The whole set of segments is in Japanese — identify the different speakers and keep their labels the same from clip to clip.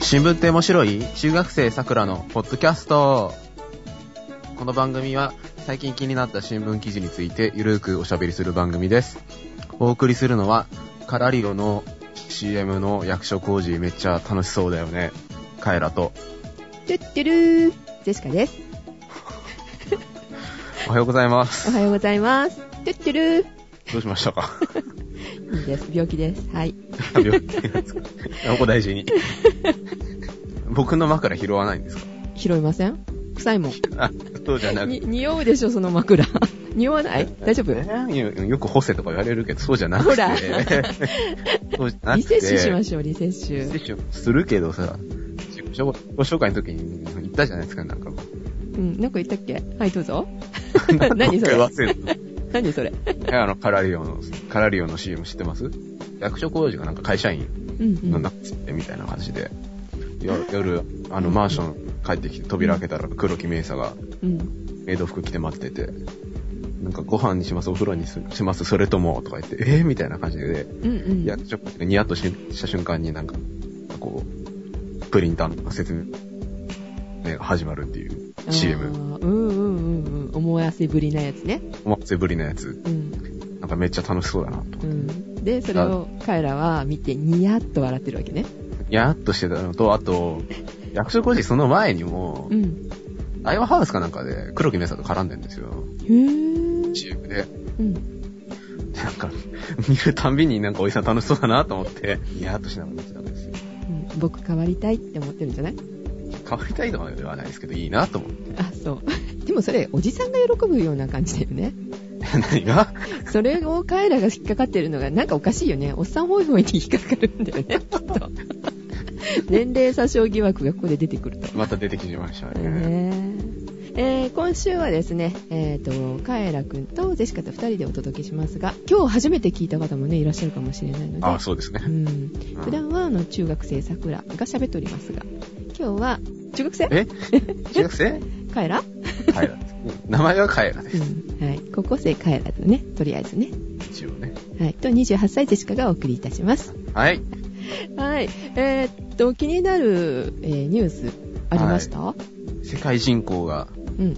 Speaker 1: 新聞って面白い中学生さくらのポッドキャストこの番組は最近気になった新聞記事についてゆるーくおしゃべりする番組です。お送りするのはカラリオの CM の役所工事めっちゃ楽しそうだよね。カエラと。
Speaker 2: トゥットゥルージェシカです。
Speaker 1: おはようございま
Speaker 2: お
Speaker 1: す。
Speaker 2: はようございます。トゥットゥル
Speaker 1: どうしましたか
Speaker 2: ーいいです。病気です。はい。
Speaker 1: 病気ですかお大事に。僕の枕拾わないんですか
Speaker 2: 拾いません臭いもん。
Speaker 1: あ、そうじゃなく
Speaker 2: に、匂うでしょ、その枕。 匂わない 大丈夫
Speaker 1: ねよく干せとか言われるけど、 そうじゃなくて。
Speaker 2: ほら
Speaker 1: そうじゃなくて。
Speaker 2: リセッシュしましょう、リセッシ
Speaker 1: リセ
Speaker 2: ュ。
Speaker 1: ッシュするけどさ、自己紹介の時に言ったじゃないですか、なんかも
Speaker 2: うん、なんか言ったっけはい、どうぞ。
Speaker 1: う。
Speaker 2: 何そ れ
Speaker 1: なんか忘れた
Speaker 2: 何それ。
Speaker 1: いやあの、カラリオの、カラリオの CM 知ってます役所工事がなんか会社員
Speaker 2: うん、う
Speaker 1: の
Speaker 2: ん。
Speaker 1: なってみたいな感じで、夜、夜、あの、マンション帰ってきて扉開けたら黒木メイサが
Speaker 2: うん。
Speaker 1: メイド服着て待ってて、なんかご飯にします、お風呂にすします、それとも、とか言って、えー、みたいな感じで、
Speaker 2: うん、うん。
Speaker 1: 役所工事がニヤッとしした瞬間になんか、こう、プリンターの説明が始まるっていう
Speaker 2: あー
Speaker 1: CM。
Speaker 2: うん、うん、うん、うん。思いやせぶりなやつね。
Speaker 1: お祭りぶりなやつ、
Speaker 2: うん、
Speaker 1: なんかめっちゃ楽しそうだなと。
Speaker 2: うん。で、それを彼らは見て、ニヤッと笑ってるわけね。
Speaker 1: やーっとしてたのと、あと、役所工事その前にも
Speaker 2: う、ん。
Speaker 1: アイワハウスかなんかで黒木メサと絡んでんですよ。
Speaker 2: へぇ
Speaker 1: CM で。
Speaker 2: うん。
Speaker 1: なんか、見るたんびになんかおじさん楽しそうだなと思って、やーっとしながら見てたんですよ。
Speaker 2: うん僕変わりたいって思ってるんじゃない
Speaker 1: 変わりたいとは言わないですけど、いいなと思って。
Speaker 2: あ、そう。 でもそれ、おじさんが喜ぶような感じだよね。
Speaker 1: 何が
Speaker 2: それを彼らが引っかかってるのが、なんかおかしいよね。おっさんホイホイに引っかかるんだよね、きっ と。年齢詐称疑惑がここで出てくると。
Speaker 1: また出てきましたね。
Speaker 2: ねえー今週はですね、えっ、と、カエラくんとジェシカと二人でお届けしますが、今日初めて聞いた方もね、いらっしゃるかもしれないので、
Speaker 1: あ、そうですね
Speaker 2: う。ん、
Speaker 1: うん
Speaker 2: 普段はあの中学生さくらが喋っておりますが、今日は、中学生
Speaker 1: え中学生
Speaker 2: カエラ
Speaker 1: カエラです。名前はカエラで
Speaker 2: う
Speaker 1: す。
Speaker 2: ん、はい。高校生カエラだね、とりあえずね。
Speaker 1: 一応ね。
Speaker 2: はい。と、28歳ジェシカがお送りいたします。
Speaker 1: はい。
Speaker 2: はい。えーっと、気になる、えーニュース、ありました、
Speaker 1: 世界人口が
Speaker 2: うん。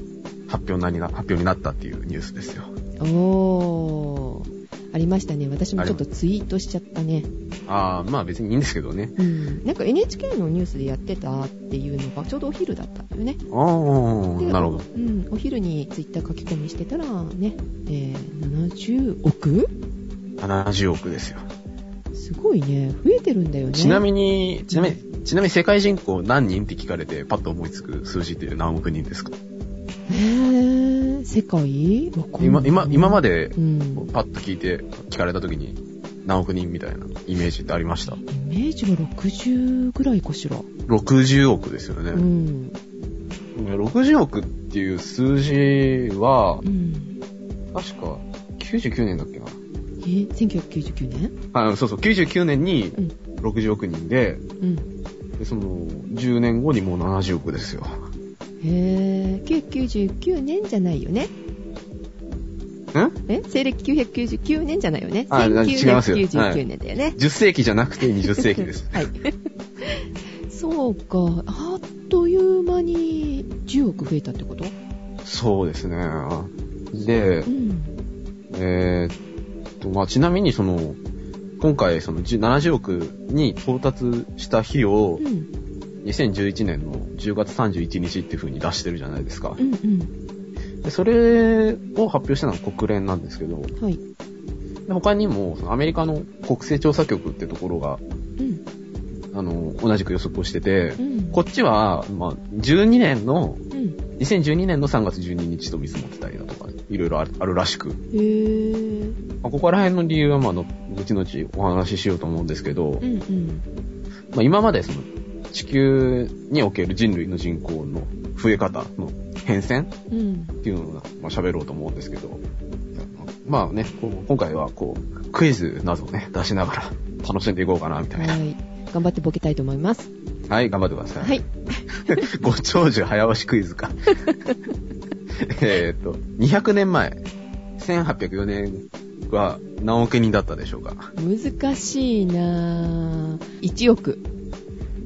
Speaker 1: 発表にな、発表になったっていうニュースですよ。
Speaker 2: おー。ありましたね。私もちょっとツイートしちゃったね。
Speaker 1: ああ、まあ別にいいんですけどね。
Speaker 2: うん。なんか NHK のニュースでやってたっていうのがちょうどお昼だったんだよね。
Speaker 1: ああ、
Speaker 2: で
Speaker 1: なるほど。
Speaker 2: うん。お昼にツイッター書き込みしてたらね、えー70億
Speaker 1: 70億ですよ。
Speaker 2: すごいね。増えてるんだよね。
Speaker 1: ちなみに、ちなみに、ちなみに世界人口何人って聞かれてパッと思いつく数字って何億人ですか
Speaker 2: へー、世界わかんな
Speaker 1: 今、
Speaker 2: い
Speaker 1: 今、今まで
Speaker 2: うん。
Speaker 1: パッと聞いて聞かれた時に何億人みたいなイメージってありました
Speaker 2: イメージは60ぐらいかしら。
Speaker 1: ?60 億ですよ
Speaker 2: う
Speaker 1: ね。
Speaker 2: ん。
Speaker 1: 60億っていう数字は
Speaker 2: う、ん。
Speaker 1: 確か99年だっけな。
Speaker 2: えー、1999年
Speaker 1: あそうそう、99年に
Speaker 2: うん
Speaker 1: 60億人で、
Speaker 2: うん。
Speaker 1: で、その、10年後にもう70億ですよ。
Speaker 2: へぇー、999年じゃないよね。
Speaker 1: ん
Speaker 2: え西暦999年じゃないよね。
Speaker 1: あ違いますよはい
Speaker 2: 1999年だよね。
Speaker 1: 10世紀じゃなくて20世紀です。
Speaker 2: はい。そうか。あっという間に10億増えたってこと
Speaker 1: そうですね。で
Speaker 2: う、ん。
Speaker 1: えーっと、まあ、ちなみにその、今回その10 70億に到達した日を
Speaker 2: うん。うん
Speaker 1: 2011年の10月31日っていう風に出してるじゃないですか。
Speaker 2: うん。
Speaker 1: でそれを発表したのは国連なんですけど、
Speaker 2: はい。
Speaker 1: で他にもそのアメリカの国勢調査局ってところが、
Speaker 2: うん。
Speaker 1: あの、同じく予測をしてて
Speaker 2: う、ん。
Speaker 1: こっちは、まあ、12年の
Speaker 2: うん。
Speaker 1: 2012年の3月12日と見積もってたりだとか、いろいろあるあるらしく。
Speaker 2: へぇー。
Speaker 1: まあ、ここら辺の理由は、まあ、の後々お話ししようと思うんですけど
Speaker 2: う、んうん。
Speaker 1: まあ、今までその地球における人類の人口の増え方の変遷っ
Speaker 2: うん。
Speaker 1: ていうのを、まあ、喋ろうと思うんですけど、まあね、こう今回はこう、クイズなどをね、出しながら楽しんでいこうかな、みたいな。
Speaker 2: はい。頑張ってボケたいと思います。
Speaker 1: はい、頑張ってください。
Speaker 2: はい。
Speaker 1: ご長寿早押しクイズ か。えーっと、200年前、1804年は何億人だったでしょうか
Speaker 2: 難しいなぁ。1億。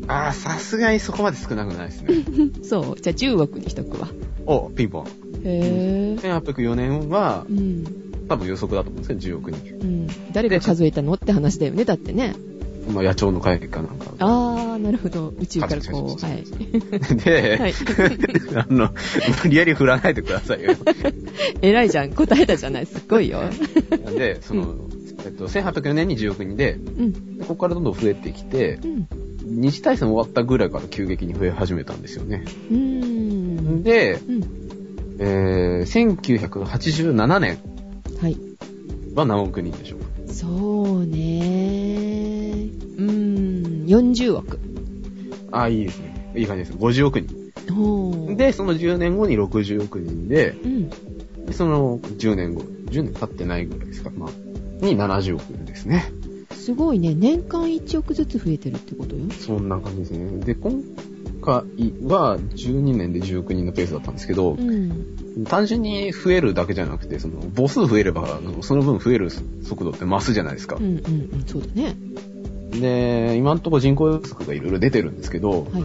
Speaker 1: あー、さすがにそこまで少なくないですね。
Speaker 2: そう。じゃあ10億にしとくわ。
Speaker 1: お、ピンポン。
Speaker 2: へぇ
Speaker 1: 1804年は、
Speaker 2: うん。
Speaker 1: 多分予測だと思うんですけど、10億人。
Speaker 2: うん。誰が数えたのって話だよね。だってね。
Speaker 1: まあ、野鳥の会議かなんか。
Speaker 2: あー、なるほど。宇宙からこう。
Speaker 1: は
Speaker 2: はいい。
Speaker 1: で、
Speaker 2: はい
Speaker 1: あの、無理やり振らないでくださいよ。
Speaker 2: 偉いじゃん。答えたじゃない。すっごいよ。
Speaker 1: なんで、その、えっと、1804年に10億人で、
Speaker 2: うん。
Speaker 1: でここからどんどん増えてきて、
Speaker 2: うん。
Speaker 1: 二次大戦終わったぐらいから急激に増え始めたんですよね。
Speaker 2: うーん。
Speaker 1: で、
Speaker 2: うん。
Speaker 1: えー、1987年
Speaker 2: はい。
Speaker 1: は何億人でしょうか
Speaker 2: そうねー。うーん。40億。
Speaker 1: ああ、いいですね。いい感じです。50億人。
Speaker 2: ほー。、
Speaker 1: で、その10年後に60億人で、
Speaker 2: うん。
Speaker 1: でその10年後、10年経ってないぐらいですか、まあ、に70億人ですね。
Speaker 2: すごいね。年間1億ずつ増えてるってことよ。
Speaker 1: そんな感じですね。で、今回は12年で10億人のペースだったんですけど、
Speaker 2: うん。
Speaker 1: 単純に増えるだけじゃなくて、その母数増えれば、あのその分増える速度って増すじゃないですか
Speaker 2: うんう。んうん。そうだね。
Speaker 1: で、今のところ人口予測がいろいろ出てるんですけど、
Speaker 2: はい。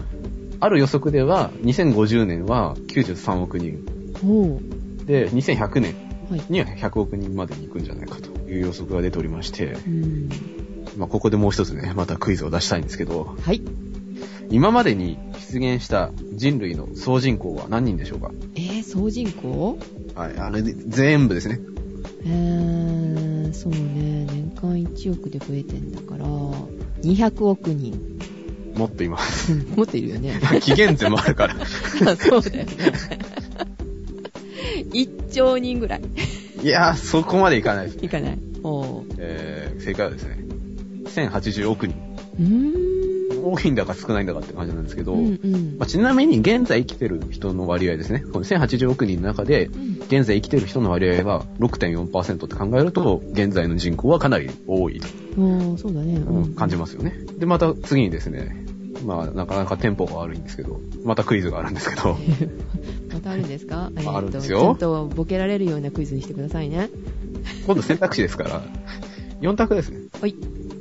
Speaker 1: ある予測では2050年は93億人、
Speaker 2: ほー。
Speaker 1: で、2100年
Speaker 2: はい。
Speaker 1: には100億人までに行くんじゃないかという予測が出ておりまして、
Speaker 2: うん。
Speaker 1: まあ、ここでもう一つね、またクイズを出したいんですけど、
Speaker 2: はい。
Speaker 1: 今までに出現した人類の総人口は何人でしょうか
Speaker 2: えー、総人口
Speaker 1: はい、あれで、全部ですね。
Speaker 2: えー、そうね。年間1億で増えてんだから、200億人。
Speaker 1: 持って います。
Speaker 2: うん持っているよね。
Speaker 1: 紀元前もあるから。
Speaker 2: そうだよね。1兆人ぐらい。
Speaker 1: いやー、そこまでいかないです。
Speaker 2: いかない。おう。
Speaker 1: えー、正解はですね、1080億人。
Speaker 2: うーん。
Speaker 1: 多いんだか少ないんだかって感じなんですけど、
Speaker 2: うんうん
Speaker 1: まあ、ちなみに現在生きてる人の割合ですね。この1080億人の中で、
Speaker 2: うん
Speaker 1: 現在生きてる人の割合は6.4%って考えると、現在の人口はかなり多いと
Speaker 2: おーそうだね。
Speaker 1: う
Speaker 2: うんん、
Speaker 1: 感じますよね。で、また次にですね、まあ、なかなかテンポが悪いんですけど、またクイズがあるんですけど、
Speaker 2: またあるんです かえーっと
Speaker 1: あるんですよ
Speaker 2: ちゃんとボケられるようなクイズにしてくださいね。
Speaker 1: 今度選択肢ですから、4択ですね。
Speaker 2: はい。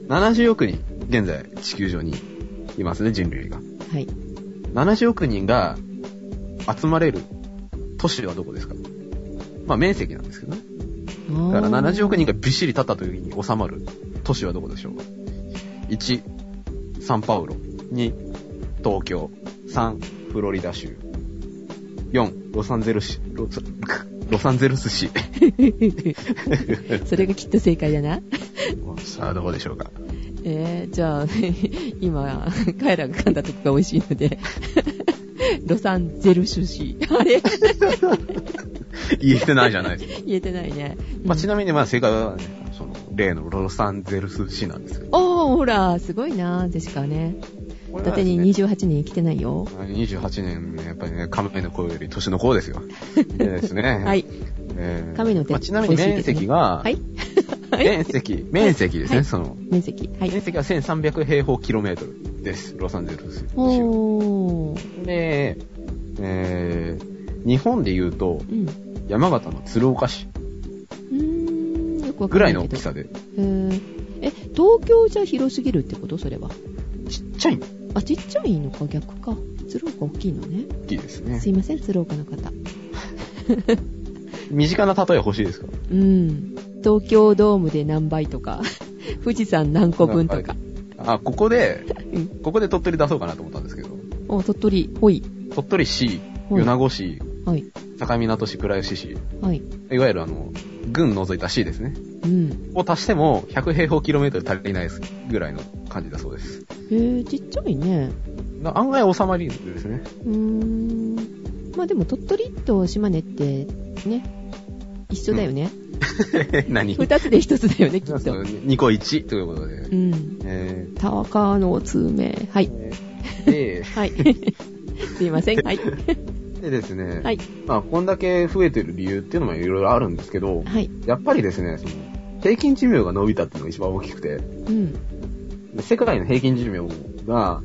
Speaker 1: 70億人、現在地球上にいますね、人類が。
Speaker 2: はい。
Speaker 1: 70億人が集まれる都市はどこですかまあ面積なんですけどね。だから70億人がびっしり立った時に収まる都市はどこでしょう ?1、サンパウロ。2、東京。3、フロリダ州。4、ロサンゼルス、ロサロサンゼルス市。
Speaker 2: 人。 それがきっと正解だな。
Speaker 1: さあ、どこでしょうか
Speaker 2: えー、じゃあ、 今、カエラが噛んだとこが美味しいので、 ロサンゼルシュ市。あれ
Speaker 1: 言えてないじゃないですか。
Speaker 2: 言えてないね。
Speaker 1: まあ、ち
Speaker 2: な
Speaker 1: なみに、まあ、正解はね、その、例のロサンゼルス市なんですけど。
Speaker 2: おー、ほら、すごいな、ジェシカはね。伊達に28年生きてないよ。
Speaker 1: 28年ね、やっぱりね、亀の子より年の子ですよ。でですね。
Speaker 2: はい。
Speaker 1: えー。
Speaker 2: 亀の手
Speaker 1: まあちなみに面積が、
Speaker 2: はい。
Speaker 1: 面積、面積ですね、
Speaker 2: はい
Speaker 1: その、
Speaker 2: 面積。は
Speaker 1: 面
Speaker 2: い。
Speaker 1: 積は1300平方キロメートルです。ロサンゼルス州。
Speaker 2: おー。
Speaker 1: で、えー、日本で言うと、
Speaker 2: うん。う
Speaker 1: 山形の鶴岡市
Speaker 2: ーん、よくわか
Speaker 1: ぐ
Speaker 2: ん
Speaker 1: ら
Speaker 2: ないい
Speaker 1: の
Speaker 2: け
Speaker 1: 大
Speaker 2: ど。
Speaker 1: きさで、
Speaker 2: へーえ、東京じゃ広すぎるってことそれは。
Speaker 1: ちっちゃいの
Speaker 2: あ、ちっちゃいのか、逆か。鶴岡大きいのね。
Speaker 1: 大きいですね
Speaker 2: す。いません、鶴岡の方。
Speaker 1: 身近な例え欲しいですか
Speaker 2: うん。東京ドームで何倍とか、 富士山何個分とか。
Speaker 1: あ、ここで
Speaker 2: うん、
Speaker 1: ここで鳥取出そうかなと思ったんですけど、
Speaker 2: お、鳥取、ほい。
Speaker 1: 鳥取市、
Speaker 2: はい
Speaker 1: 米子市、
Speaker 2: はい。
Speaker 1: 境港市、倉吉市、
Speaker 2: はい。
Speaker 1: いわゆるあの、軍除いた C ですね。
Speaker 2: うん。
Speaker 1: を足しても100平方キロメートル足りないですぐらいの感じだそうです。
Speaker 2: へえ、ちっちゃいね。
Speaker 1: な案外収まりですね。
Speaker 2: うーん。まあでも、鳥取と島根って、ね、一緒だよね。
Speaker 1: 何
Speaker 2: 二、つで一つだよね、きっ
Speaker 1: そ
Speaker 2: と
Speaker 1: う。2個1ということで。
Speaker 2: うん。
Speaker 1: え
Speaker 2: 高の通名。はい。
Speaker 1: ー、で、
Speaker 2: はい。 すいません。 はい。
Speaker 1: でですね、
Speaker 2: はい。
Speaker 1: まあ、こんだけ増えてる理由っていうのもいろいろあるんですけど、
Speaker 2: はい。
Speaker 1: やっぱりですね、その平均寿命が伸びたっていうのが一番大きくて、
Speaker 2: うん。
Speaker 1: で世界の平均寿命が、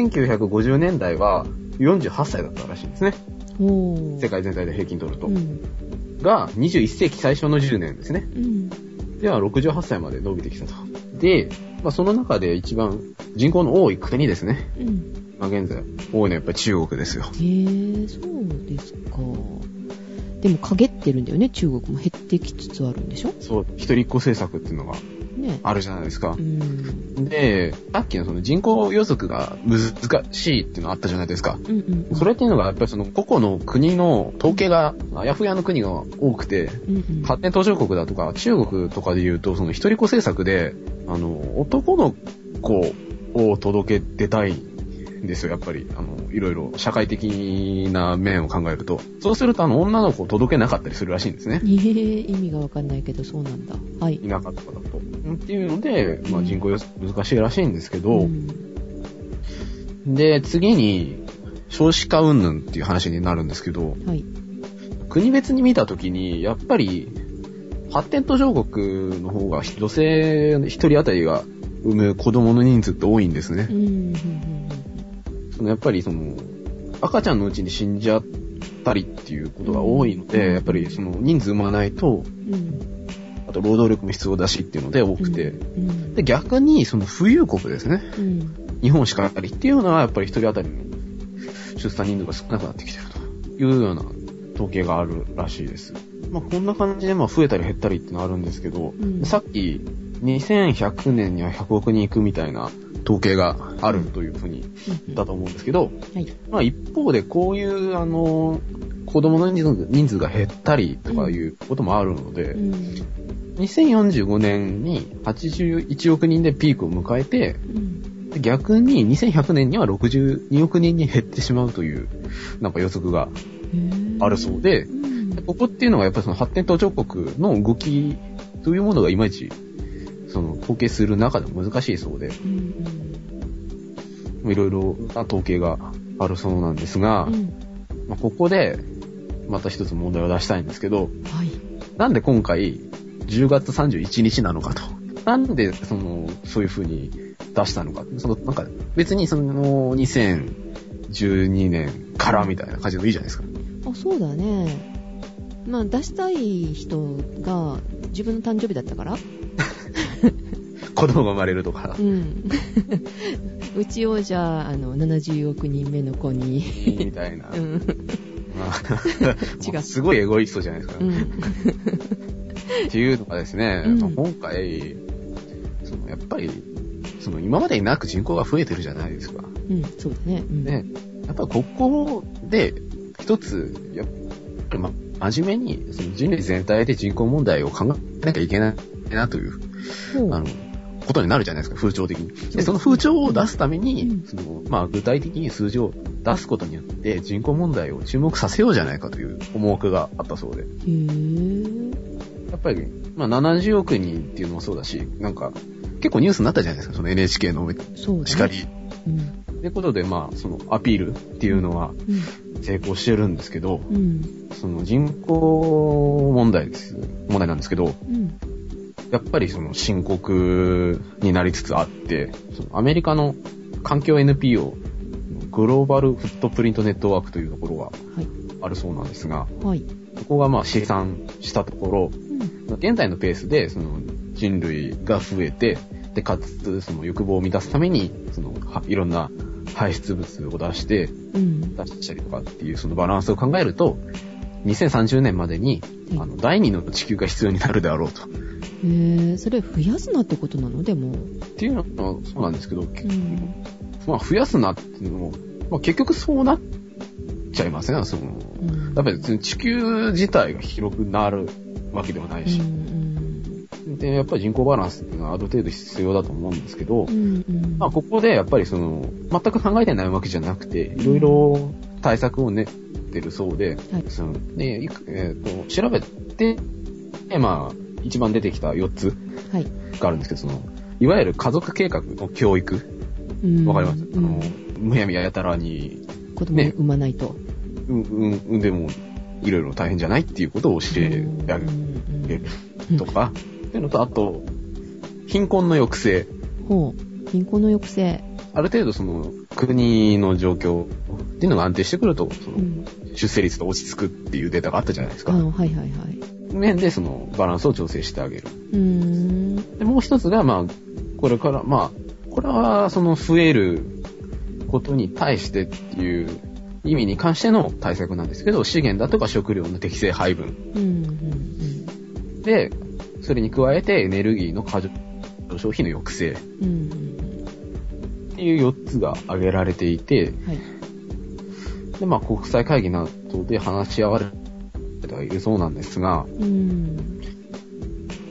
Speaker 1: 1950年代は48歳だったらしいんですね。
Speaker 2: おー。
Speaker 1: 世界全体で平均取ると。
Speaker 2: うん。
Speaker 1: が、21世紀最初の10年ですね。
Speaker 2: うん。
Speaker 1: では68歳まで伸びてきたと。で、まあ、その中で一番人口の多い国ですね。
Speaker 2: うん。
Speaker 1: まあ、現在、多いのはやっぱり中国ですよ。
Speaker 2: へえ、そうですか。でも、陰ってるんだよね。中国も減ってきつつあるんでしょ
Speaker 1: そう、一人っ子政策っていうのが
Speaker 2: ね。
Speaker 1: あるじゃないですか
Speaker 2: う。ん。
Speaker 1: で、さっきのその人口予測が難しいっていうのあったじゃないですか。
Speaker 2: うんうん。
Speaker 1: それっていうのが、やっぱりその個々の国の統計が、あやふやの国が多くて、
Speaker 2: うんうん。
Speaker 1: 発展途上国だとか、中国とかで言うと、その一人っ子政策で、あの、男の子を届け出たいんですよ、やっぱり。あの、いろいろ社会的な面を考えると。そうすると、あの、女の子を届けなかったりするらしいんですね。
Speaker 2: へえ、意味がわかんないけど、そうなんだ。はい。
Speaker 1: 田舎とかだと。っていうので、まあ人口予測難しいらしいんですけど、
Speaker 2: うん
Speaker 1: で、次に、少子化云々っていう話になるんですけど、
Speaker 2: はい。
Speaker 1: 国別に見たときに、やっぱり、発展途上国の方が女性一人当たりが産む子供の人数って多いんですね
Speaker 2: う。んうん
Speaker 1: そのやっぱりその、赤ちゃんのうちに死んじゃったりっていうことが多いの
Speaker 2: うん
Speaker 1: で、やっぱりその人数産まないと、
Speaker 2: うんうんうん
Speaker 1: あと労働力も必要だしっていうので多くて。
Speaker 2: うん
Speaker 1: で、逆にその富裕国ですね。
Speaker 2: うん
Speaker 1: 日本しかありっていうのはやっぱり一人当たりの出産人数が少なくなってきてるというような統計があるらしいです。まあ、こんな感じでまあ増えたり減ったりってのはあるんですけど、
Speaker 2: うん
Speaker 1: さっき2100年には100億人行くみたいな統計があるというふうに言ったと思うんですけど、
Speaker 2: はい。
Speaker 1: まあ一方でこういうあの、子供の人数人数が減ったりとかいうこともあるので
Speaker 2: う、ん
Speaker 1: 2045年に81億人でピークを迎えて、
Speaker 2: うん
Speaker 1: 逆に2100年には62億人に減ってしまうという、なんか予測が
Speaker 2: へえ
Speaker 1: あるそうで
Speaker 2: う、ん
Speaker 1: ここっていうのはやっぱりその発展途上国の動きというものがいまいち、その統計する中でも難しいそうで、
Speaker 2: うんうん
Speaker 1: いろいろな統計があるそうなんですが、
Speaker 2: うん
Speaker 1: まあここでまた一つ問題を出したいんですけど、
Speaker 2: はい。
Speaker 1: なんで今回10月31日なのかと。なんで、その、そういう風に出したのか。その、なんか、別にその、2012年からみたいな感じでもいいじゃないですか。
Speaker 2: あ、そうだね。まあ、出したい人が自分の誕生日だったから
Speaker 1: 子供が生まれるとか
Speaker 2: う。ん。 うちをじゃあ、あの、70億人目の子に。
Speaker 1: みたいな。
Speaker 2: うん。
Speaker 1: まあ
Speaker 2: 違う
Speaker 1: すごいエゴイストじゃないですか。
Speaker 2: う
Speaker 1: っ
Speaker 2: ん。
Speaker 1: ていうのがですね、
Speaker 2: うん
Speaker 1: まあ今回、その、やっぱり、その、今までになく人口が増えてるじゃないですか。
Speaker 2: うん、そうだね。うん。
Speaker 1: ね、やっぱりここで、一つ、やっぱりま、真面目に、その人類全体で人口問題を考えなきゃいけないなという、
Speaker 2: ほう
Speaker 1: あの、ことになるじゃないですか、風潮的に。
Speaker 2: そう
Speaker 1: で、その風潮を出すため
Speaker 2: うん
Speaker 1: に、その、まあ、具体的に数字を出すことによって、人口問題を注目させようじゃないかという思惑があったそうで。
Speaker 2: へぇ
Speaker 1: やっぱり、まあ、70億人っていうのもそうだし、なんか、結構ニュースになったじゃないですか、その NHK の
Speaker 2: そうだね。
Speaker 1: しか。り。
Speaker 2: うん。
Speaker 1: ってことで、まあ、そのアピールっていうのは成功してるんですけど、
Speaker 2: うん。うん。
Speaker 1: その人口問題です。問題なんですけど、
Speaker 2: うん。
Speaker 1: やっぱりその深刻になりつつあって、そのアメリカの環境 NPO、グローバルフットプリントネットワークというところ
Speaker 2: はい。
Speaker 1: があるそうなんですが、
Speaker 2: はい。
Speaker 1: そこがまあ試算したところ、
Speaker 2: うん。
Speaker 1: 現在のペースでその人類が増えて、で、かつその欲望を満たすために、そのはいろんな排出物を出して、
Speaker 2: うん。
Speaker 1: 出したりとかっていうそのバランスを考えると、2030年までに、
Speaker 2: はい
Speaker 1: あの、第二の地球が必要になるであろうと。っ
Speaker 2: へぇそれ増やすなってことなのでも。
Speaker 1: ていうのもそうなんですけど、
Speaker 2: うん。
Speaker 1: まあ、増やすなっていうのも、まあ、結局そうなっちゃいますね、その、
Speaker 2: うん。
Speaker 1: やっぱり別に地球自体が広くなるわけではないし
Speaker 2: う、ん。
Speaker 1: で、やっぱり人口バランスっていうのはある程度必要だと思うんですけど
Speaker 2: うん。う、ん。うん
Speaker 1: まあ、ここでやっぱりその、全く考えてないわけじゃなくて、いろいろ対策を練ってるそうで、
Speaker 2: はい
Speaker 1: そのでいくえーと調べて、でまあ、一番出てきた4つ
Speaker 2: はい。
Speaker 1: があるんですけど、その、いわゆる家族計画の教育、
Speaker 2: うん
Speaker 1: わかります、
Speaker 2: うん
Speaker 1: あの、むやみやたらに、
Speaker 2: 子供を産まないと。
Speaker 1: うん、うん、うんでも、いろいろ大変じゃないっていうことを教えてあ
Speaker 2: うん
Speaker 1: げる
Speaker 2: うん
Speaker 1: とか、っていうのと、あと、貧困の抑制。
Speaker 2: ほう。貧困の抑制。
Speaker 1: ある程度その国の状況っていうのが安定してくると、その
Speaker 2: うん。
Speaker 1: 出生率と落ち着くっていうデータがあったじゃないですか。
Speaker 2: あはいはいはい。
Speaker 1: 面でそのバランスを調整してあげる。
Speaker 2: うーん。
Speaker 1: で、もう一つが、まあ、これから、まあ、これは、その増えることに対してっていう意味に関しての対策なんですけど、資源だとか食料の適正配分。
Speaker 2: うんうん
Speaker 1: で、それに加えてエネルギーの過剰消費の抑制っ
Speaker 2: うんうんうん
Speaker 1: ていう4つが挙げられていて、
Speaker 2: うんはい
Speaker 1: で、まあ国際会議などで話し合われてはいるそうなんですが、
Speaker 2: うん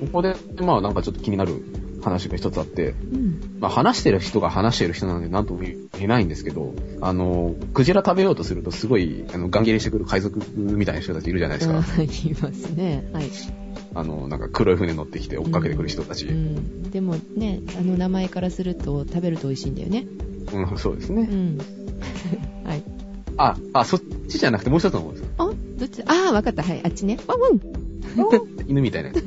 Speaker 1: ここで、まあなんかちょっと気になる話が一つあって、
Speaker 2: うん
Speaker 1: まあ話してる人が話してる人なんで何とも言えないんですけど、あの、クジラ食べようとするとすごい、あの、ガン切れしてくる海賊みたいな人たちいるじゃないですか。
Speaker 2: あー言いますねはい
Speaker 1: あの、なんか黒い船乗ってきて追っかけてくる人たち。
Speaker 2: う
Speaker 1: うん、
Speaker 2: ん、でもねあの名前からすると食べると美味しいんだよね
Speaker 1: そうです
Speaker 2: う
Speaker 1: ね。
Speaker 2: ん はい
Speaker 1: あ、あ、そっちじゃなくてもう一つの方です。
Speaker 2: あどっちああわかったはいあっちねワンワン
Speaker 1: 犬みたいなやつ。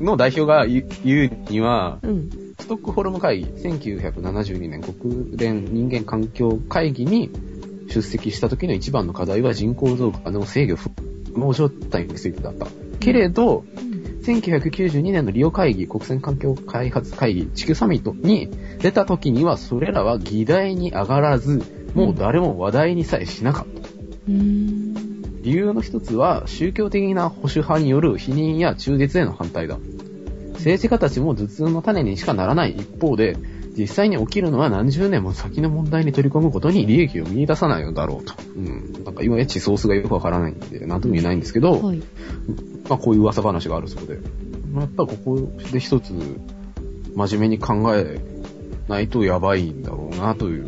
Speaker 1: の代表が言う言うには、
Speaker 2: うん
Speaker 1: ストックホルム会議、1972年国連人間環境会議に出席した時の一番の課題は人口増加の制御不能状態についてだった。けれど、
Speaker 2: うん
Speaker 1: 1992年のリオ会議、国際環境開発会議、地球サミットに出た時には、それらは議題に上がらず、もう誰も話題にさえしなかった。
Speaker 2: うーん
Speaker 1: 理由の一つは、宗教的な保守派による否認や中絶への反対だ。政治家たちも頭痛の種にしかならない一方で、実際に起きるのは何十年も先の問題に取り込むことに利益を見出さないのだろうと。うん。なんか今や地ソースがよくわからないんで、なんとも言えないんですけど、
Speaker 2: はい
Speaker 1: まあ、こういう噂話があるそうで、まあ、やっぱりここで一つ真面目に考えないとやばいんだろうなという、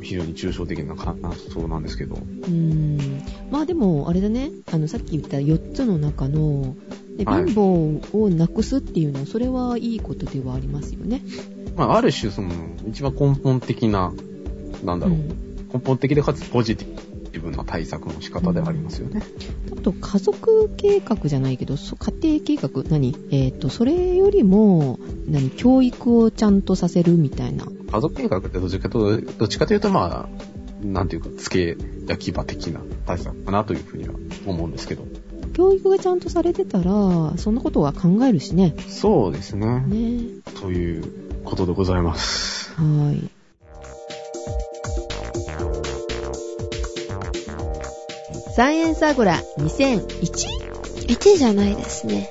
Speaker 1: 非常に抽象的な感想なんですけど。
Speaker 2: うーんまあでもあれだねあのさっき言った4つの中ので
Speaker 1: はい
Speaker 2: 貧乏をなくすっていうのはそれはいいことではありますよね。
Speaker 1: まあ、ある種その、一番根本的な、なんだろう、
Speaker 2: うん
Speaker 1: 根本的でかつポジティブな対策の仕方ではありますよね。
Speaker 2: あと家族計画じゃないけどそ家庭計画何えっ、とそれよりも何教育をちゃんとさせるみたいな。
Speaker 1: 家族計画ってどっちかと、どっちかというとまあ、なんていうか、付け焼き場的な対策かなというふうには思うんですけど。
Speaker 2: 教育がちゃんとされてたらそんなことは考えるしね。
Speaker 1: そうですね。
Speaker 2: ね
Speaker 1: ということでございます。
Speaker 2: はい。サイエンスアゴラ 2001?
Speaker 3: 1位じゃないですね。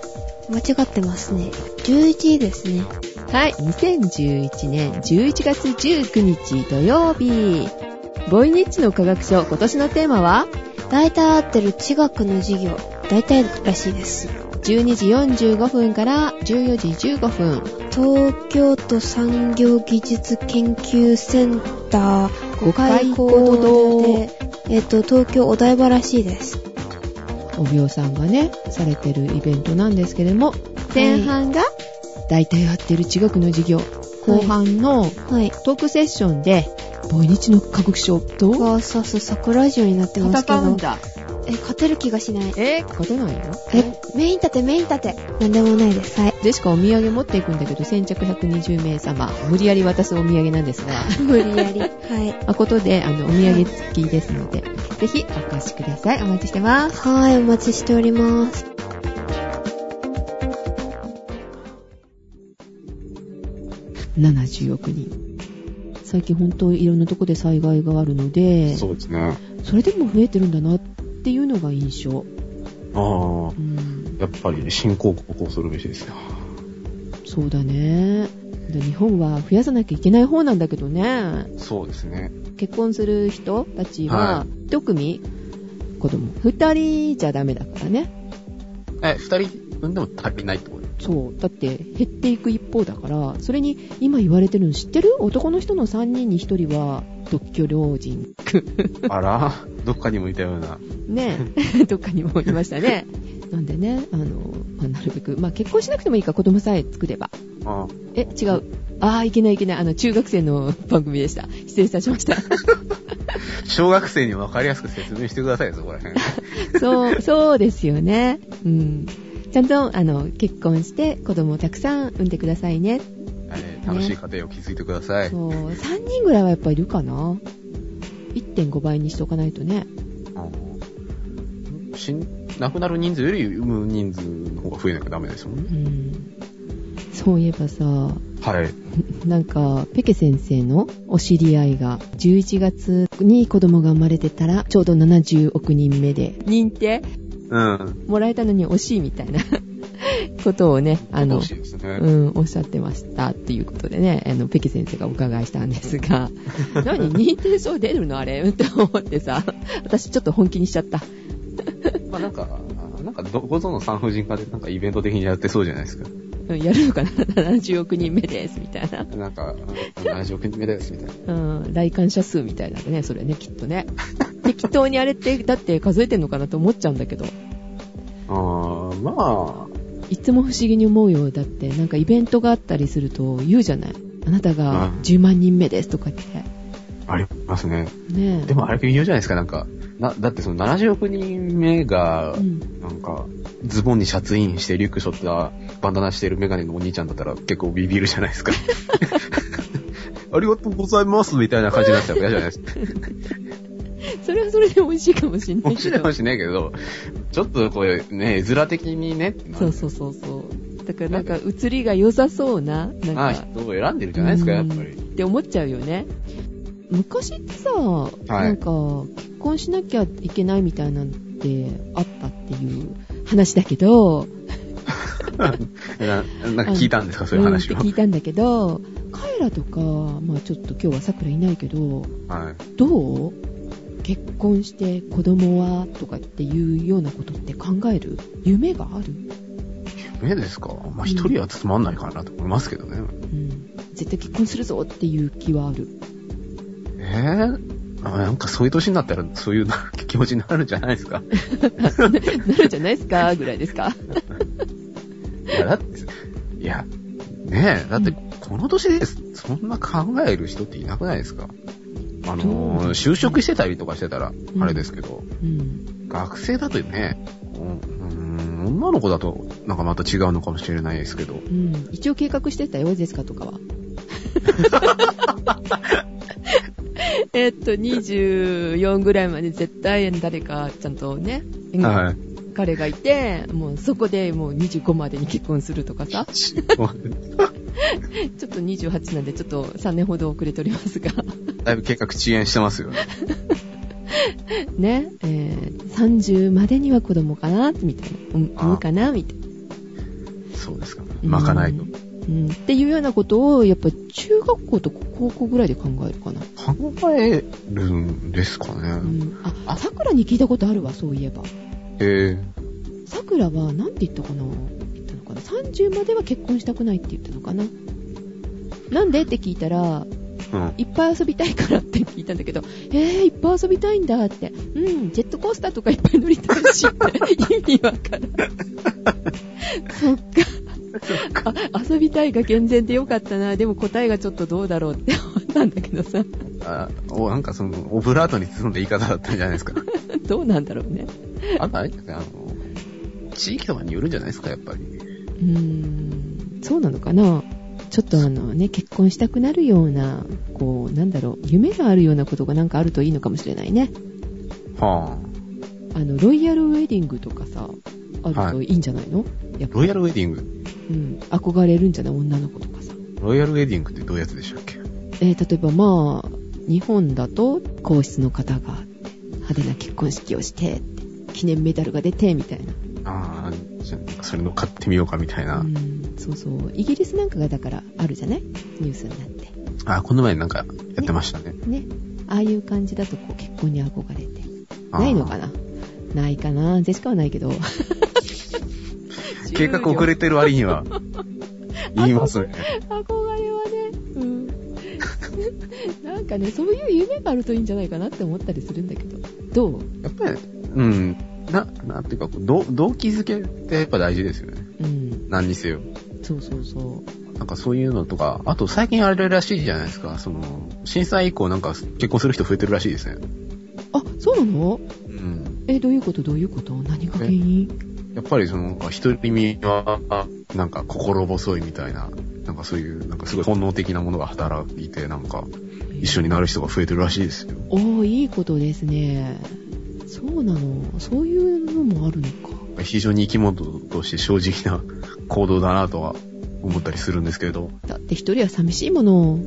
Speaker 3: 間違ってますね。11位ですね。
Speaker 2: はい、2011年11月19日土曜日。ボイニッチの科学書、今年のテーマは、
Speaker 3: 大体合ってる地学の授業。大体らしいです。
Speaker 2: 12時45分から14時15分、
Speaker 3: 東京都産業技術研究センター
Speaker 2: 5
Speaker 3: 5
Speaker 2: 階
Speaker 3: 階
Speaker 2: 行動
Speaker 3: 行動で、えっ、と、東京お台場らしいです。
Speaker 2: おびおさんがね、されてるイベントなんですけれども、前半が、大体合ってる地学の授業、後半の
Speaker 3: はい。
Speaker 2: トークセッションで、ボイニッチの科学書と、
Speaker 3: わあ、そうそう、桜ジオになってますけ
Speaker 2: 戦うん
Speaker 3: ど。
Speaker 2: だ。
Speaker 3: え、勝てる気がしない。
Speaker 2: えー、勝てないの
Speaker 3: え、メイン立て、メイン立て。なんでもないです。はい。
Speaker 2: でしかお土産持っていくんだけど、先着120名様、無理やり渡すお土産なんですが、
Speaker 3: 無理やり。はい。
Speaker 2: 誠で、あの、お土産付きですので、ぜひお越しください。お待ちしてます。
Speaker 3: はい、お待ちしております。
Speaker 2: 70億人。最近本当いろんなとこで災害があるので、
Speaker 1: そうですね。
Speaker 2: それでも増えてるんだなっていうのが印象。
Speaker 1: ああ、
Speaker 2: うん、
Speaker 1: やっぱり新興国を恐るべしですよ。
Speaker 2: そうだね。で日本は増やさなきゃいけない方なんだけどね。
Speaker 1: そうですね。
Speaker 2: 結婚する人たちは
Speaker 1: は、
Speaker 2: 一組、子供、二人じゃダメだからね。
Speaker 1: え、二人産んでも足りないってこと
Speaker 2: そう。だって、減っていく一方だから、それに、今言われてるの知ってる男の人の3人に1人は、独居老人。
Speaker 1: あら、どっかにもいたような。
Speaker 2: ねどっかにもいましたね。なんでね、あの、まあなるべく、まあ、結婚しなくてもいいか、子供さえ作れば。
Speaker 1: あ
Speaker 2: え、違う。ああ、いけないいけない。あの、中学生の番組でした。失礼いたしま した。
Speaker 1: 小学生にわかりやすく説明してくださいよ、そこら 辺。
Speaker 2: そう、そうですよね。うん。ちゃんと、あの、結婚して、子供をたくさん産んでくださいね。
Speaker 1: はい、楽しい家庭を築いてください。
Speaker 2: そう、3人ぐらいはやっぱいるかな。1.5倍にしとかないとね。
Speaker 1: うん死ん亡くなる人数より産む人数の方が増えなきゃダメですもんね。
Speaker 2: うん。そういえばさ、
Speaker 1: はい。
Speaker 2: なんか、ペケ先生のお知り合いが、11月に子供が生まれてたら、ちょうど70億人目で、認定
Speaker 1: うん。
Speaker 2: もらえたのに惜しいみたいな ことをね、あの
Speaker 1: 欲、しいですね。
Speaker 2: うん、おっしゃってましたっていうことでね、あの、ペケ先生がお伺いしたんです が、何認定証出るのあれ って思ってさ、私ちょっと本気にしちゃった。
Speaker 1: まあなんか、なんかど、ごぞの産婦人科でなんかイベント的にやってそうじゃないですか。
Speaker 2: うんやるのかな ?70 億人目です、みたいな。
Speaker 1: なんか、70億人目ですみたいな。
Speaker 2: うん、来館者数みたいなんでね、それね、きっとね。適当にあれって、だって数えてんのかなと思っちゃうんだけど。
Speaker 1: あー、ま
Speaker 2: いつも不思議に思うよ。だって、なんかイベントがあったりすると言うじゃない。あなた
Speaker 1: う
Speaker 2: が
Speaker 1: ん
Speaker 2: 10万人目ですとか言って。
Speaker 1: あ、ありますね。
Speaker 2: ねえ。
Speaker 1: でもあれ微妙じゃないですか、なんか。な、だってその70億人目が
Speaker 2: う、ん、
Speaker 1: なんか、ズボンにシャツインしてリュック背負ったバンダナしてるメガネのお兄ちゃんだったら結構ビビるじゃないですか。 ありがとうございますみたいな感じになっちゃうから嫌じゃないですか。
Speaker 2: それはそれで美味しいかもしんな い
Speaker 1: 面
Speaker 2: け
Speaker 1: 白いか
Speaker 2: ど
Speaker 1: も。しれないけど、ちょっとこれね、絵面的にね、
Speaker 2: そうそうそうそう。だからなんか映りが良さそうな、なん
Speaker 1: まあ
Speaker 2: か。
Speaker 1: 人を選んでるじゃないですか、やっぱ
Speaker 2: うん
Speaker 1: り。
Speaker 2: って思っちゃうよね。昔ってさ、なんか結婚しなきゃいけないみたいなんてあったっていう話だけど、
Speaker 1: ななんか聞いたんですか、そういう話
Speaker 2: う
Speaker 1: を
Speaker 2: んっ。て聞いたんだけど、カエラとか、まあちょっと今日は桜いないけど、
Speaker 1: はい。
Speaker 2: どう結婚して子供はとかっていうようなことって考える夢がある
Speaker 1: 夢ですかまあ一人はつまんないかなと思いますけどね。
Speaker 2: うん。絶対結婚するぞっていう気はある。
Speaker 1: えー、あなんかそういう年になったらそういうな気持ちになるんじゃないです か。
Speaker 2: なるじゃないですかぐらいですか。
Speaker 1: いや、だって、いや、ねえ、だってこの年です、そんな考える人っていなくないですかあのー、就職してたりとかしてたら、あれですけど、
Speaker 2: うん。
Speaker 1: 学生だとね、うん、うん女の子だとなんかまた違うのかもしれないですけど、
Speaker 2: うん。一応計画してたよ、ゼスカ とかは。えっと、24ぐらいまで絶対誰かちゃんとね、
Speaker 1: はい。
Speaker 2: 彼がいて、もうそこでもう25までに結婚するとかさ、ちょっと28なんでちょっと3年ほど遅れておりま すが、
Speaker 1: だいぶ計画遅延してますよね。
Speaker 2: ね、えー30までには子供かなみたいな、うん、産むかなみたいな。
Speaker 1: そうですか。まかないと
Speaker 2: う。ん、うんっていうようなことを、やっぱ中学校と高校ぐらいで考えるかな。
Speaker 1: 考えるんですか
Speaker 2: う
Speaker 1: ね。
Speaker 2: ん、あ、桜に聞いたことあるわ、そういえば。
Speaker 1: え
Speaker 2: 桜は、なんて言ったかな言ったのかな ?30 までは結婚したくないって言ったのかななんでって聞いたら、
Speaker 1: ー、うん。
Speaker 2: いっぱい遊びたいからって聞いたんだけど、えー、いっぱい遊びたいんだって、うん、ジェットコースターとかいっぱい乗りたいしって、意味わからん。そっか。あ遊びたいが健全でよかったな。でも答えがちょっとどうだろうって思ったんだけどさ、
Speaker 1: あおなんかその、オブラートに包んだ言い方だったんじゃないですか。
Speaker 2: どうなんだろうね。
Speaker 1: あとあれですね、あの、地域とかによるんじゃないですか、やっぱり。
Speaker 2: うーん、そうなのかな。ちょっとあのね、結婚したくなるような、こう、なんだろう、夢があるようなことがなんかあるといいのかもしれないね。
Speaker 1: は
Speaker 2: あの、ロイヤルウェディングとかさ、あるといいんじゃないの、やっ
Speaker 1: ぁ。
Speaker 2: ぱ
Speaker 1: ロイヤルウェディング。
Speaker 2: うん、憧れるんじゃない女の子とかさ。
Speaker 1: ロイヤルウェディングってどういうやつでしたっけ
Speaker 2: えー例えばまあ、日本だと皇室の方が派手な結婚式をしてって、記念メダルが出てみたいな。
Speaker 1: ああ、じゃあなんかそれの買ってみようかみたいな。
Speaker 2: うん、そうそう。イギリスなんかがだからあるじゃないニュースになって。
Speaker 1: ああ、この前なんかやってましたね。
Speaker 2: ね。ああいう感じだとこう結婚に憧れて。
Speaker 1: あー
Speaker 2: ないのかなないかなジェシカはない けど。
Speaker 1: 計画遅れてる割には、言いますね。
Speaker 2: 憧れはね、うん。 なんかね、そういう夢があるといいんじゃないかなって思ったりするんだけど。どう
Speaker 1: やっぱり、うん、な、なんていうか、ど動機づけってやっぱ大事ですよね。
Speaker 2: うん。
Speaker 1: 何にせよ。
Speaker 2: そうそうそう。
Speaker 1: なんかそういうのとか、あと最近あれらしいじゃないですか、その、震災以降なんか結婚する人増えてるらしいですね。
Speaker 2: あ、そうなの
Speaker 1: うん。
Speaker 2: え、どういうことどういうこと何が原因
Speaker 1: やっぱりその、なんか一人身は、なんか心細いみたいな、なんかそういう、なんかすごい本能的なものが働いて、なんか一緒になる人が増えてるらしいですよ。
Speaker 2: おー、いいことですね。そうなの。そういうのもあるの か。
Speaker 1: 非常に生き物として正直な行動だなとは思ったりするんですけれど、
Speaker 2: だって一人は寂しいもの。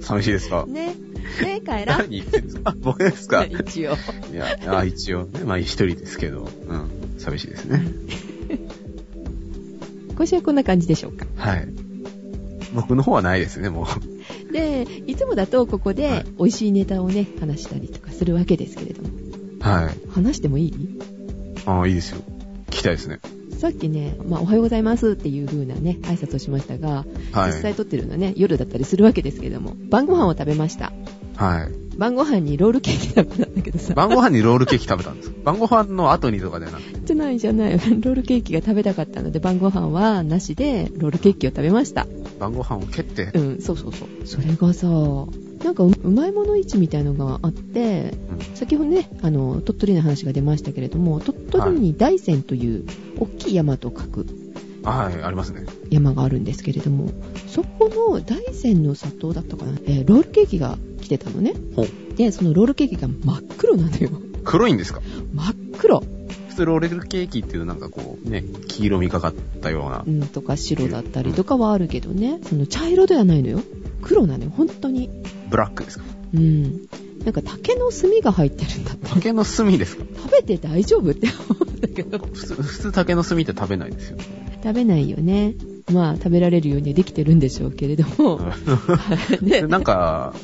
Speaker 1: 寂しいですか
Speaker 2: ね。ね、帰ら
Speaker 1: 何
Speaker 2: ん。
Speaker 1: 言ってんですかあ僕ですかい
Speaker 2: 一応。
Speaker 1: や、あ一応ね、まあ一人ですけど、うん、寂しいですね。
Speaker 2: 今週はこんな感じでしょうか。
Speaker 1: はい。僕の方はないですね、もう。
Speaker 2: で、いつもだとここ
Speaker 1: は
Speaker 2: で
Speaker 1: い
Speaker 2: 美味しいネタをね、話したりとかするわけですけれども。
Speaker 1: はい。
Speaker 2: 話してもいい
Speaker 1: ああ、いいですよ。聞きたいですね。
Speaker 2: さっきね、まあ、おはようございますっていう風なね、挨拶をしましたが、
Speaker 1: はい。
Speaker 2: 実際撮ってるのはね、夜だったりするわけですけれども、晩ご飯を食べました。
Speaker 1: はい。
Speaker 2: 晩ご飯にロールケーキ食べたんだけどさ、
Speaker 1: 晩ご飯にロールケーキ食べたんです。 晩ご飯の後にとかではなくて。
Speaker 2: じゃないじゃない、ロ ールケーキが食べたかったので、晩ご飯はなしで、ロールケーキを食べました。
Speaker 1: 晩ご飯を蹴って
Speaker 2: う、ん、そうそうそう。それがさ、なんかううまいもの市みたいのがあって、
Speaker 1: うん
Speaker 2: 先ほどね、あの、鳥取の話が出ましたけれども、鳥取に大山という大きい山と書く
Speaker 1: はい、ありますね。
Speaker 2: 山があるんですけれども、そこの大山の砂糖だったかな、えーロールケーキが来てたのね。
Speaker 1: ほう
Speaker 2: で、そのロールケーキが真っ黒なのよ。
Speaker 1: 黒いんですか
Speaker 2: 真っ黒。
Speaker 1: 普通ロールケーキっていうなんかこう、ね、黄色みかかったような
Speaker 2: う。ん、とか白だったりとかはあるけどね、その茶色ではないのよ。黒なのよ、本当に。
Speaker 1: ブラックですか
Speaker 2: うん。なんか竹の炭が入ってるんだって。
Speaker 1: 竹の炭ですか
Speaker 2: 食べて大丈夫って思うんだけど
Speaker 1: 普通、普通竹の炭って食べないですよ。
Speaker 2: 食べないよねまあ食べられるようにできてるんでしょうけれど も、ね、
Speaker 1: なんか、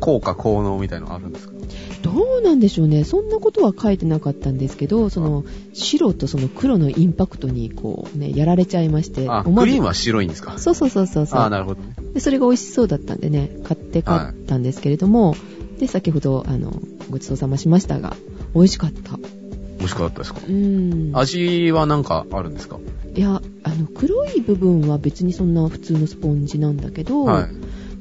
Speaker 1: 効果効能みたいのあるんですか
Speaker 2: どうなんでしょうねそんなことは書いてなかったんですけどその白とその黒のインパクトにこうねやられちゃいまして
Speaker 1: あ、
Speaker 2: 思わ
Speaker 1: ク
Speaker 2: ず
Speaker 1: リームは白いんですか
Speaker 2: そうそうそうそうそ
Speaker 1: ああ、
Speaker 2: う
Speaker 1: なるほどね。
Speaker 2: でそれが美味しそうだったんでね買って帰ったんですけれども、で先ほどあのごちそうさましましたが美味しかった
Speaker 1: 美味しくなかったですか
Speaker 2: うん
Speaker 1: 味はなんかあるんですか
Speaker 2: いやあの黒い部分は別にそんな普通のスポンジなんだけど、
Speaker 1: はい。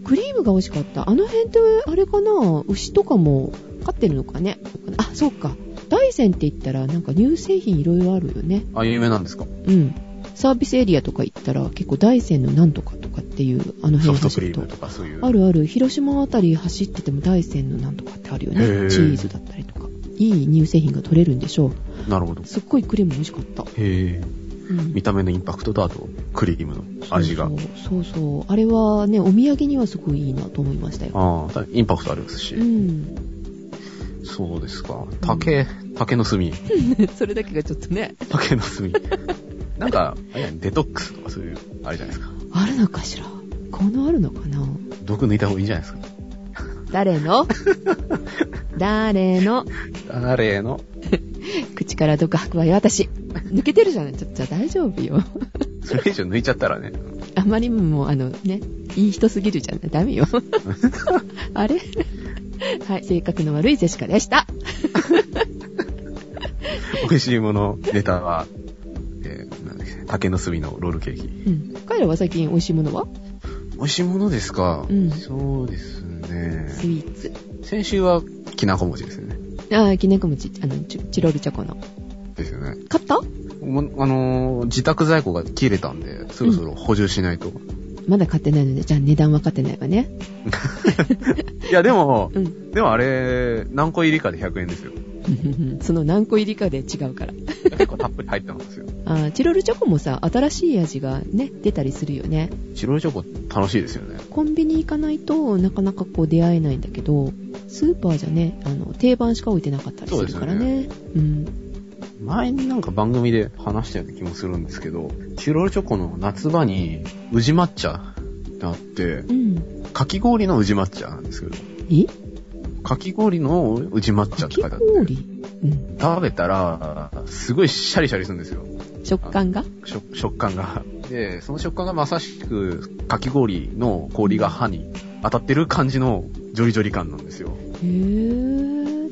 Speaker 2: クリームが美味しかったあの辺ってあれかな牛とかも飼ってるのかねあそうか大山って言ったらなんか乳製品いろいろあるよね
Speaker 1: あ、有名なんですか
Speaker 2: うんサービスエリアとか行ったら結構大山のなんとかとかっていうあの辺
Speaker 1: ソフトク
Speaker 2: 走
Speaker 1: リ
Speaker 2: る
Speaker 1: ー
Speaker 2: と
Speaker 1: ムとかそういう。
Speaker 2: あるある広島あたり走ってても大山のなんとかってあるよ
Speaker 1: へ
Speaker 2: ね
Speaker 1: ー
Speaker 2: チーズだったりとかいい乳製品が取れるんでしょう
Speaker 1: なるほど。
Speaker 2: すっごいクリーム美味しかった、
Speaker 1: へえ。
Speaker 2: うん
Speaker 1: 見た目のインパクトとあと、クリームの味が。
Speaker 2: そうそうそうそうあれはねお土産にはすごいいいなと思いましたよ
Speaker 1: ああ、インパクトありますし
Speaker 2: う。ん
Speaker 1: そうですか。竹、竹の炭。
Speaker 2: それだけがちょっとね、
Speaker 1: 竹の炭。 なんか、あれやんデトックスとかそういう、あれじゃないですか。
Speaker 2: あるのかしらこのあるのかな
Speaker 1: 毒抜いた方がいいんじゃないですか。
Speaker 2: 誰の誰の
Speaker 1: 誰の
Speaker 2: 口から毒吐くわよ、私。抜けてるじゃないちょっと、じゃあ大丈夫よ。
Speaker 1: それ以上抜いちゃったらね。
Speaker 2: あまりにも、あのね、いい人すぎるじゃないダメよ。あれはい、性格の悪いジェシカでした。
Speaker 1: 美味しいもの、ネタは、えーなんだっけ竹の炭のロールケーキ。
Speaker 2: うん。彼らは最近美味しいものは
Speaker 1: 美味しいものですか、
Speaker 2: うん
Speaker 1: そうですね。
Speaker 2: スイーツ。
Speaker 1: 先週は、きなこ餅ですよね。
Speaker 2: ああ、きなこ餅、あの、チチロルチョコの。
Speaker 1: ですよね。
Speaker 2: 買った
Speaker 1: もあのー自宅在庫が切れたんで、そろそろ補充しないと。
Speaker 2: まだ買ってないので、じゃあ値段は買ってないわね。
Speaker 1: いや、でも、
Speaker 2: うん。
Speaker 1: でもあれ、何個入りかで100円ですよ。
Speaker 2: その何個入りかで違うから。
Speaker 1: 結構たっぷり入ってますよ。
Speaker 2: あーチロルチョコもさ新しい味がね出たりするよね
Speaker 1: 白いチョコ楽しいですよね。
Speaker 2: コンビニ行かないとなかなかこう出会えないんだけどスーパーじゃねあの定番しか置いてなかったりするからねうん
Speaker 1: 前になんか番組で話したような気もするんですけど、白いチョコの夏場に、宇治抹茶ってあって、
Speaker 2: うん
Speaker 1: かき氷の宇治抹茶なんですけど、
Speaker 2: え
Speaker 1: かき氷の宇治抹茶っ
Speaker 2: か
Speaker 1: て
Speaker 2: き
Speaker 1: 書いてあって、
Speaker 2: 氷うん
Speaker 1: 食べたら、すごいシャリシャリするんですよ。
Speaker 2: 食感が
Speaker 1: 食食感が。で、その食感がまさしく、かき氷の氷が歯に当たってる感じのジョリジョリ感なんですよ。
Speaker 2: へー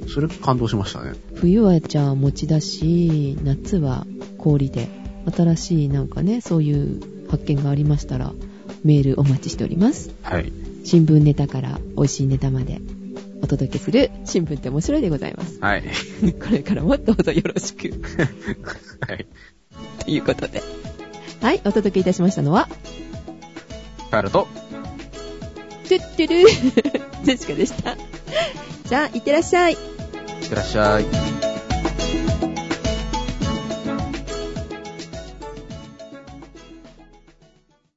Speaker 1: それ感動しましたね。
Speaker 2: 冬はじゃあ餅だし夏は氷で新しいなんかねそういう発見がありましたらメールお待ちしております
Speaker 1: はい。
Speaker 2: 新聞ネタから美味しいネタまでお届けする新聞って面白いでござい ます
Speaker 1: はい。
Speaker 2: これからもどうぞよろしく
Speaker 1: はい。
Speaker 2: ということで。はい、お届けいたしましたのは、
Speaker 1: 帰ると、
Speaker 2: トゥットゥルージェシカでした。じゃあ、いってらっしゃい。
Speaker 1: いってらっしゃい。